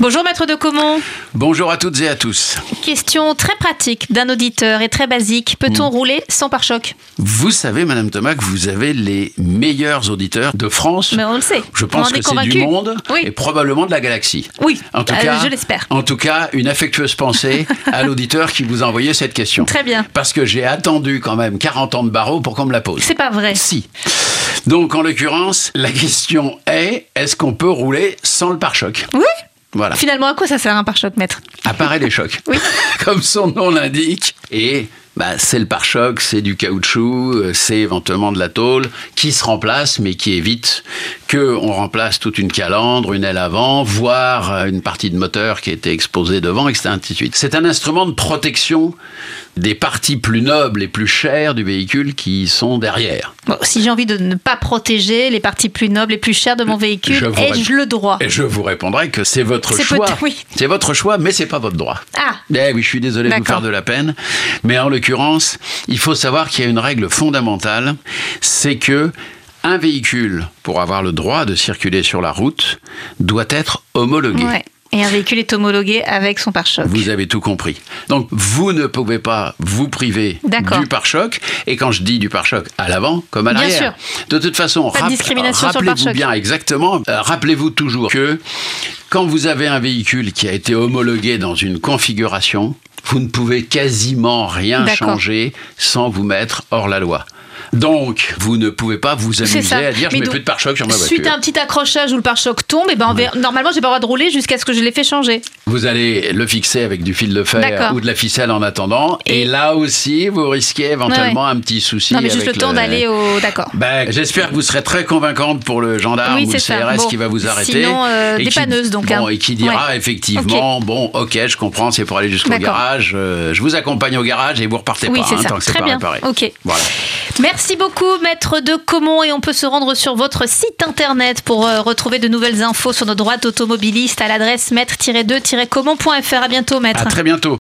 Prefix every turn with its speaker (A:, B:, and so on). A: Bonjour Maître de Comont.
B: Bonjour à toutes et à tous.
A: Question très pratique d'un auditeur et très basique. Peut-on
B: Hmm.
A: rouler sans pare-choc
B: Vous savez, Madame Thomas, que vous avez les meilleurs auditeurs de France.
A: Mais on le sait.
B: Je
A: On
B: pense
A: en est
B: que c'est
A: convaincu.
B: du monde
A: Oui.
B: et probablement de la galaxie.
A: Oui,
B: En tout
A: euh,
B: cas,
A: je l'espère.
B: En tout cas, une affectueuse pensée à l'auditeur qui vous a envoyé cette question.
A: Très bien.
B: Parce que j'ai attendu quand même 40 ans de barreau pour qu'on me la pose.
A: C'est pas vrai.
B: Si. Donc, en l'occurrence, la question est est-ce qu'on peut rouler sans le pare-choc
A: Oui
B: Voilà.
A: Finalement, à quoi ça sert un pare-choc, Maître
B: apparaît les chocs.
A: Oui.
B: Comme son nom l'indique. Et bah, c'est le pare-choc, c'est du caoutchouc, euh, c'est éventuellement de la tôle qui se remplace, mais qui évite que on remplace toute une calandre, une aile avant, voire euh, une partie de moteur qui était exposée devant, etc. ainsi de suite. C'est un instrument de protection des parties plus nobles et plus chères du véhicule qui sont derrière.
A: Bon, Si j'ai envie de ne pas protéger les parties plus nobles et plus chères de mon
B: Je
A: véhicule,
B: vous
A: ai-je
B: réponds.
A: le droit
B: Et je vous répondrai que c'est votre
A: C'est
B: choix.
A: peut-être- oui.
B: C'est votre choix, mais c'est pas votre droit.
A: Ah.
B: Eh oui, je suis désolé de vous
A: D'accord.
B: faire de la peine, mais en l'occurrence, il faut savoir qu'il y a une règle fondamentale, c'est que un véhicule, pour avoir le droit de circuler sur la route, doit être homologué.
A: Ouais. Et un véhicule est homologué avec son pare-choc.
B: Vous avez tout compris. Donc, vous ne pouvez pas vous priver
A: D'accord.
B: du pare-choc. Et quand je dis du pare-choc, à l'avant comme à
A: Bien
B: l'arrière. De toute façon,
A: Pas de discrimination sur le
B: rappelez-vous
A: pare-choc.
B: bien exactement, euh, rappelez-vous toujours que quand vous avez un véhicule qui a été homologué dans une configuration, vous ne pouvez quasiment rien
A: D'accord.
B: changer sans vous mettre hors la loi. Donc, vous ne pouvez pas vous
A: C'est
B: amuser
A: ça.
B: à dire je
A: Mais
B: mets
A: donc,
B: plus de pare-choc sur ma voiture.
A: Suite à un petit accrochage où le pare-choc tombe, et ben, on verra- normalement, j'ai pas le droit de rouler jusqu'à ce que je l'ai fait changer.
B: Vous allez le fixer avec du fil de fer
A: D'accord.
B: ou de la ficelle en attendant. Et,
A: Et-
B: là aussi, vous risquez éventuellement un petit souci.
A: non, mais juste le
B: avec
A: temps d'aller au. D'accord.
B: Ben, J'espère que vous serez très convaincante pour le gendarme
A: Oui,
B: ou le
A: c'est ça.
B: CRS
A: Bon,
B: qui va vous arrêter.
A: sinon, euh,
B: Et qui-
A: dépanneuse, donc,
B: Bon,
A: hein.
B: Et qui dira effectivement, bon, ok, je comprends, c'est pour aller jusqu'au
A: D'accord.
B: garage. euh, je vous accompagne au garage et vous repartez
A: Oui,
B: pas
A: c'est
B: hein,
A: ça.
B: tant que c'est
A: Très
B: pas
A: bien.
B: réparé.
A: Ok.
B: Voilà.
A: Merci beaucoup, maître de Comont. Et on peut se rendre sur votre site internet pour euh, retrouver de nouvelles infos sur nos droits automobilistes à l'adresse maître-2-comont.fr. À bientôt, maître.
B: À très bientôt.